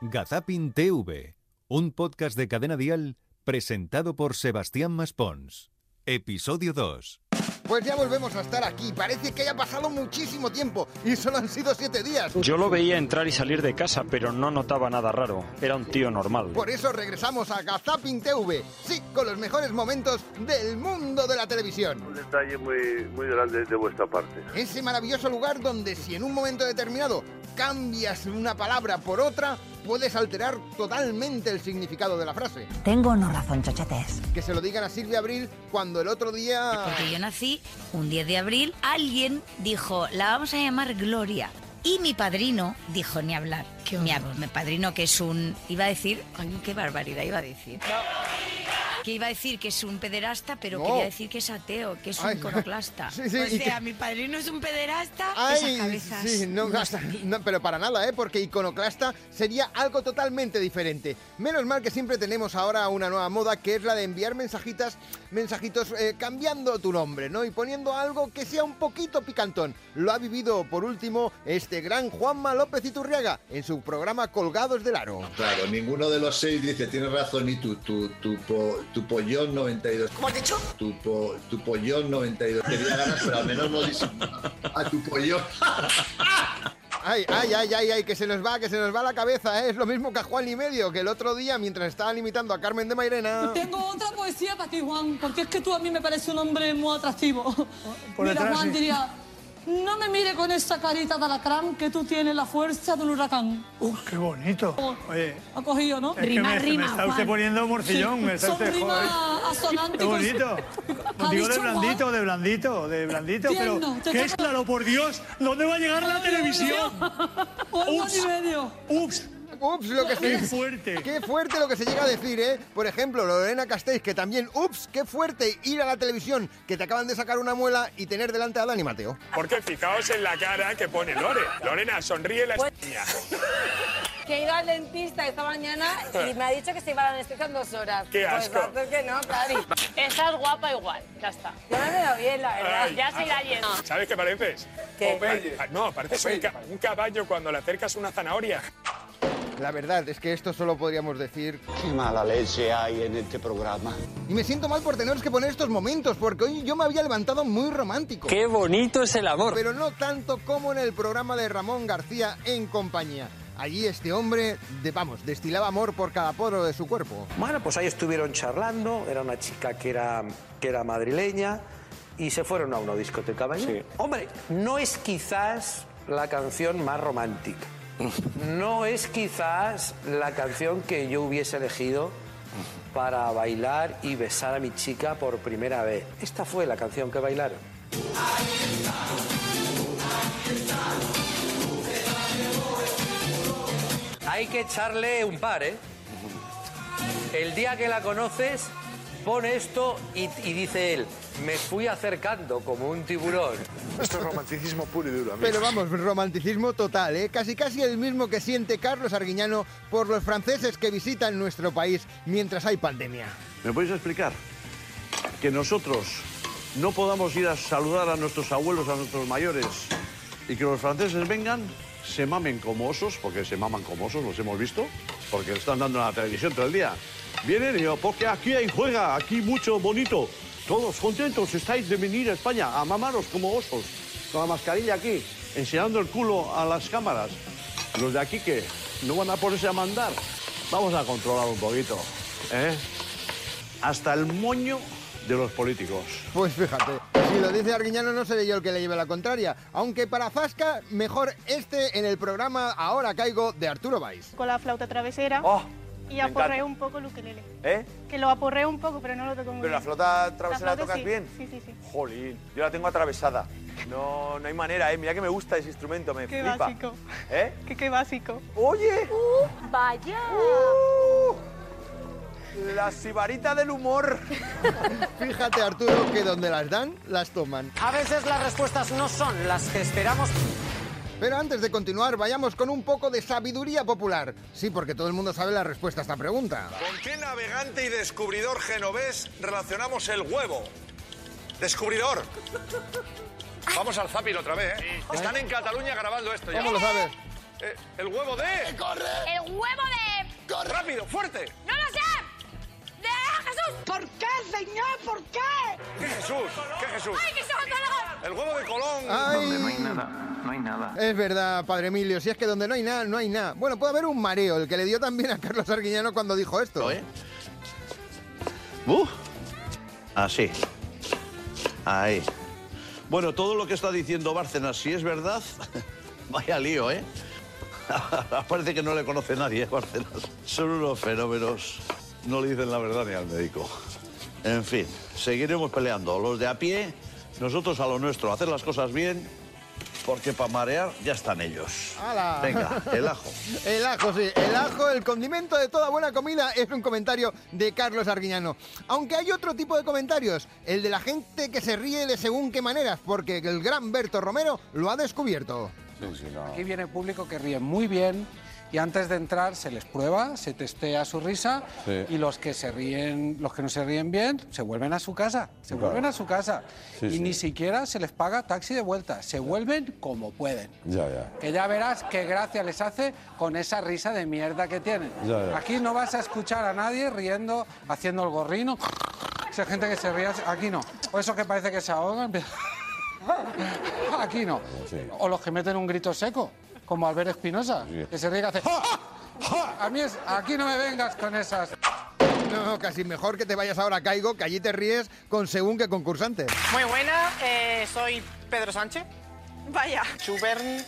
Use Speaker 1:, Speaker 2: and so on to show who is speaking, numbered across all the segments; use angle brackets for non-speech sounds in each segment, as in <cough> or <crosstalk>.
Speaker 1: Gazapin TV, un podcast de Cadena Dial presentado por Sebastián Maspons. Episodio 2.
Speaker 2: Pues ya volvemos a estar aquí. Parece que haya pasado muchísimo tiempo y solo han sido siete días.
Speaker 3: Yo lo veía entrar y salir de casa, pero no notaba nada raro. Era un tío normal.
Speaker 2: Por eso regresamos a Gazapin TV. Sí, con los mejores momentos del mundo de la televisión.
Speaker 4: Un detalle muy, muy grande de vuestra parte.
Speaker 2: Ese maravilloso lugar donde si en un momento determinado cambias una palabra por otra, puedes alterar totalmente el significado de la frase.
Speaker 5: Tengo no razón, chochetes.
Speaker 2: Que se lo digan a Silvia Abril cuando el otro día...
Speaker 5: Porque yo nací un 10 de abril, alguien dijo, la vamos a llamar Gloria. Y mi padrino dijo ni hablar. mi, ab- mi padrino que es un... Iba a decir... Ay, qué barbaridad iba a decir. Que iba a decir que es un pederasta, pero
Speaker 2: No.
Speaker 5: quería decir que es ateo, que es
Speaker 2: Ay.
Speaker 5: un iconoclasta.
Speaker 2: Sí, sí,
Speaker 6: o
Speaker 2: y que-
Speaker 6: sea, mi padrino es un pederasta. esas
Speaker 2: Ay,
Speaker 6: cabezas.
Speaker 2: sí, no, gasta- no, pero para nada, ¿eh? Porque iconoclasta sería algo totalmente diferente. Menos mal que siempre tenemos ahora una nueva moda que es la de enviar mensajitas, mensajitos eh, cambiando tu nombre, ¿no? Y poniendo algo que sea un poquito picantón. Lo ha vivido, por último, este gran Juanma López Iturriaga en su programa Colgados del Aro.
Speaker 7: Claro, ninguno de los seis dice, tienes razón, y tú, tu, tu, po- tu pollón 92. ¿Cómo has dicho? Tu, po- tu pollón 92. Tenía ganas, pero al menos no dice a tu pollón.
Speaker 2: Ay, ay, ay, ay, ay, que se nos va, que se nos va la cabeza, ¿eh? Es lo mismo que a Juan y medio, que el ototro día, mientras estaban imitando a Carmen de Mairena...
Speaker 8: Ah. Tengo otra poesía para ti, Juan, porque es que tú a mí me pareces un hombre muy atractivo. Mira, Juan diría, no me mire con esa carita de alacrán que tú tienes la fuerza de un huracán.
Speaker 9: Uh, qué bonito. Oye,
Speaker 8: Ha cogido, ¿no?
Speaker 9: es que me, me está usted poniendo morcillón. Me está
Speaker 8: Son
Speaker 9: usted,
Speaker 8: rimas
Speaker 9: joder.
Speaker 8: asonantes. pues.
Speaker 9: Qué
Speaker 8: <laughs>
Speaker 9: bonito.
Speaker 8: Ha
Speaker 9: Digo de
Speaker 8: dicho
Speaker 9: blandito, de blandito, de blandito,
Speaker 8: Tierno, te
Speaker 9: pero qué
Speaker 8: toca-
Speaker 9: claro, por Dios, ¿dónde va a llegar la televisión?
Speaker 8: Juan
Speaker 9: Ups.
Speaker 8: y medio.
Speaker 9: Ups,
Speaker 2: Ups, lo que
Speaker 9: qué
Speaker 2: se...
Speaker 9: fuerte.
Speaker 2: Qué fuerte lo que se llega a decir, ¿eh? Por ejemplo, Lorena Castells, que también, ups, qué fuerte ir a la televisión, que te acaban de sacar una muela y tener delante a Dani Mateo.
Speaker 10: Porque fijaos en la cara que pone Lore. Lorena, sonríe la niña.
Speaker 8: Que he ido al dentista esta mañana y me ha dicho que se iba a la anestesia en dos horas. Pues
Speaker 10: Qué asco.
Speaker 8: que no, Cari.
Speaker 6: Estás guapa igual, ya está.
Speaker 8: Yo me veo bien, la
Speaker 10: Ay.
Speaker 6: Ya se irá yendo.
Speaker 10: ¿Sabes qué pareces?
Speaker 8: ¿Qué?
Speaker 10: Popeye. Ah, No, pareces un, ca- un caballo cuando le acercas una zanahoria.
Speaker 2: La verdad es que esto solo podríamos decir...
Speaker 3: Qué mala leche hay en este programa.
Speaker 2: Y me siento mal por teneros que poner estos momentos, porque hoy yo me había levantado muy romántico.
Speaker 3: bonito es el amor.
Speaker 2: Pero no tanto como en el programa de Ramón García en compañía. Allí este hombre, de, vamos, destilaba amor por cada poro de su cuerpo.
Speaker 11: Bueno, pues ahí estuvieron charlando, era una chica que era, que era madrileña y se fueron a una discoteca. ¿vale? Hombre, no es quizás la canción más romántica. No es quizás la canción que yo hubiese elegido para bailar y besar a mi chica por primera vez. Esta fue la canción que bailaron. Hay que echarle un par, ¿eh? El día que la conoces, pone esto y, y dice él, me fui acercando como un tiburón.
Speaker 7: Esto es romanticismo puro y duro,
Speaker 2: Pero vamos, romanticismo total, ¿eh? Casi casi el mismo que siente Carlos Arguiñano por los franceses que visitan nuestro país mientras hay pandemia.
Speaker 4: ¿Me podéis explicar que nosotros no podamos ir a saludar a nuestros abuelos, a nuestros mayores, y que los franceses vengan, se mamen como osos, porque se maman como osos, los hemos visto, porque lo están dando en la televisión todo el día. Vienen y yo, porque aquí hay juega, aquí mucho bonito. Todos contentos estáis de venir a España a mamaros como osos, con la mascarilla aquí, enseñando el culo a las cámaras. Los de aquí que no van a ponerse a mandar. Vamos a controlar un poquito, ¿eh? hasta el moño de los políticos.
Speaker 2: Pues fíjate, si lo dice Arguiñano no seré yo el que le lleve la contraria, aunque para Zasca mejor este en el programa Ahora Caigo de Arturo Valls.
Speaker 8: Con la flauta travesera
Speaker 11: ¡Oh!
Speaker 8: y
Speaker 11: me encanta. aporreo
Speaker 8: un poco el ukelele.
Speaker 11: ¿Eh?
Speaker 8: Que lo aporreo un poco, pero no lo toco muy
Speaker 11: Pero la flota travesera la
Speaker 8: flauta
Speaker 11: tocas
Speaker 8: sí,
Speaker 11: bien.
Speaker 8: sí, sí, sí.
Speaker 11: Jolín, yo la tengo atravesada. No, no hay manera, ¿eh? Mira que me gusta ese instrumento, me
Speaker 8: Qué
Speaker 11: flipa.
Speaker 8: básico.
Speaker 11: ¿Eh?
Speaker 8: Que qué básico.
Speaker 11: ¡Oye!
Speaker 6: Vaya.
Speaker 11: ¡Uh! La sibarita del humor.
Speaker 2: Fíjate Arturo que donde las dan, las toman.
Speaker 11: A veces las respuestas no son las que esperamos.
Speaker 2: Pero antes de continuar, vayamos con un poco de sabiduría popular. Sí, porque todo el mundo sabe la respuesta a esta pregunta.
Speaker 10: ¿Con qué navegante y descubridor genovés relacionamos el huevo? Descubridor. Vamos al Zapil otra vez, ¿eh? Están en Cataluña grabando esto
Speaker 2: ¿Cómo lo sabes?
Speaker 10: Eh, el huevo de.
Speaker 5: El huevo de.
Speaker 10: ¡Corre! ¡Rápido, fuerte!
Speaker 5: ¡No lo sé! ¡De Jesús! ¿Por qué, señor? ¿Por qué?
Speaker 10: ¿Qué Jesús? ¿Qué Jesús?
Speaker 5: ¡Ay, que se va
Speaker 10: El huevo de Colón.
Speaker 2: Ay. Donde no hay
Speaker 10: nada, no hay nada.
Speaker 2: Es verdad, padre Emilio, si es que donde no hay nada, no hay nada. Bueno, puede haber un mareo, el que le dio también a Carlos Arguiñano cuando dijo esto.
Speaker 7: Uh, Así. Ahí. Bueno, todo lo que está diciendo Bárcenas, si es verdad, <laughs> vaya lío, ¿eh? <laughs> Parece que no le conoce nadie, ¿eh, Bárcenas. Son unos fenómenos. No le dicen la verdad ni al médico. En fin, seguiremos peleando. Los de a pie, nosotros a lo nuestro. Hacer las cosas bien, porque para marear ya están ellos.
Speaker 2: ¡Hala!
Speaker 7: Venga, el ajo.
Speaker 2: <laughs> El ajo, sí. El ajo, el condimento de toda buena comida, es un comentario de Carlos Arguiñano. Aunque hay otro tipo de comentarios, el de la gente que se ríe de según qué maneras, porque el gran Berto Romero lo ha descubierto.
Speaker 12: Aquí viene público que ríe muy bien y antes de entrar se les prueba, se testea su risa
Speaker 13: Sí.
Speaker 12: y los que se ríen, los que no se ríen bien, se vuelven a su casa, se
Speaker 13: Claro.
Speaker 12: vuelven a su casa
Speaker 13: Sí,
Speaker 12: y
Speaker 13: sí.
Speaker 12: ni siquiera se les paga taxi de vuelta, se vuelven como pueden.
Speaker 13: Ya, ya.
Speaker 12: Que ya verás qué gracia les hace con esa risa de mierda que tienen.
Speaker 13: Ya, ya.
Speaker 12: Aquí no vas a escuchar a nadie riendo, haciendo el gorrino. Si hay gente que se ríe, así- aquí no. O eso que parece que se ahogan. <laughs> Aquí no. O los que meten un grito seco, como Albert Espinosa, que se ríe y hace. "Ja, ja". A mí es. Aquí no me vengas con esas.
Speaker 2: No, casi mejor que te vayas ahora a Caigo, que allí te ríes con según qué concursante.
Speaker 14: Muy buena, eh, soy Pedro Sánchez. Vaya. Schubern.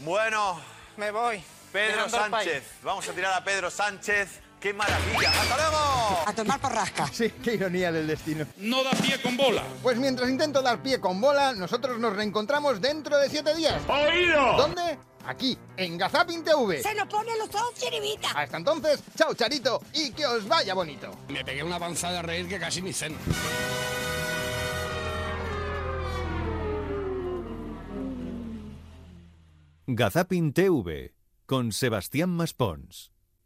Speaker 10: Bueno,
Speaker 14: Me voy.
Speaker 10: Pedro
Speaker 14: Dejando el
Speaker 10: Sánchez. Vamos a tirar a Pedro Sánchez. ¡Qué maravilla! ¡Hasta
Speaker 2: A tomar por rasca. Sí, qué ironía del destino.
Speaker 10: No da pie con bola.
Speaker 2: Pues mientras intento dar pie con bola, nosotros nos reencontramos dentro de siete días.
Speaker 10: ¡Oído!
Speaker 2: ¿Dónde? Aquí, en Gazapin TV.
Speaker 15: Se nos ponen los ojos chiribita.
Speaker 2: Hasta entonces, chao Charito y que os vaya bonito.
Speaker 16: Me pegué una avanzada a reír que casi ni ceno.
Speaker 1: Gazapin TV con Sebastián Maspons.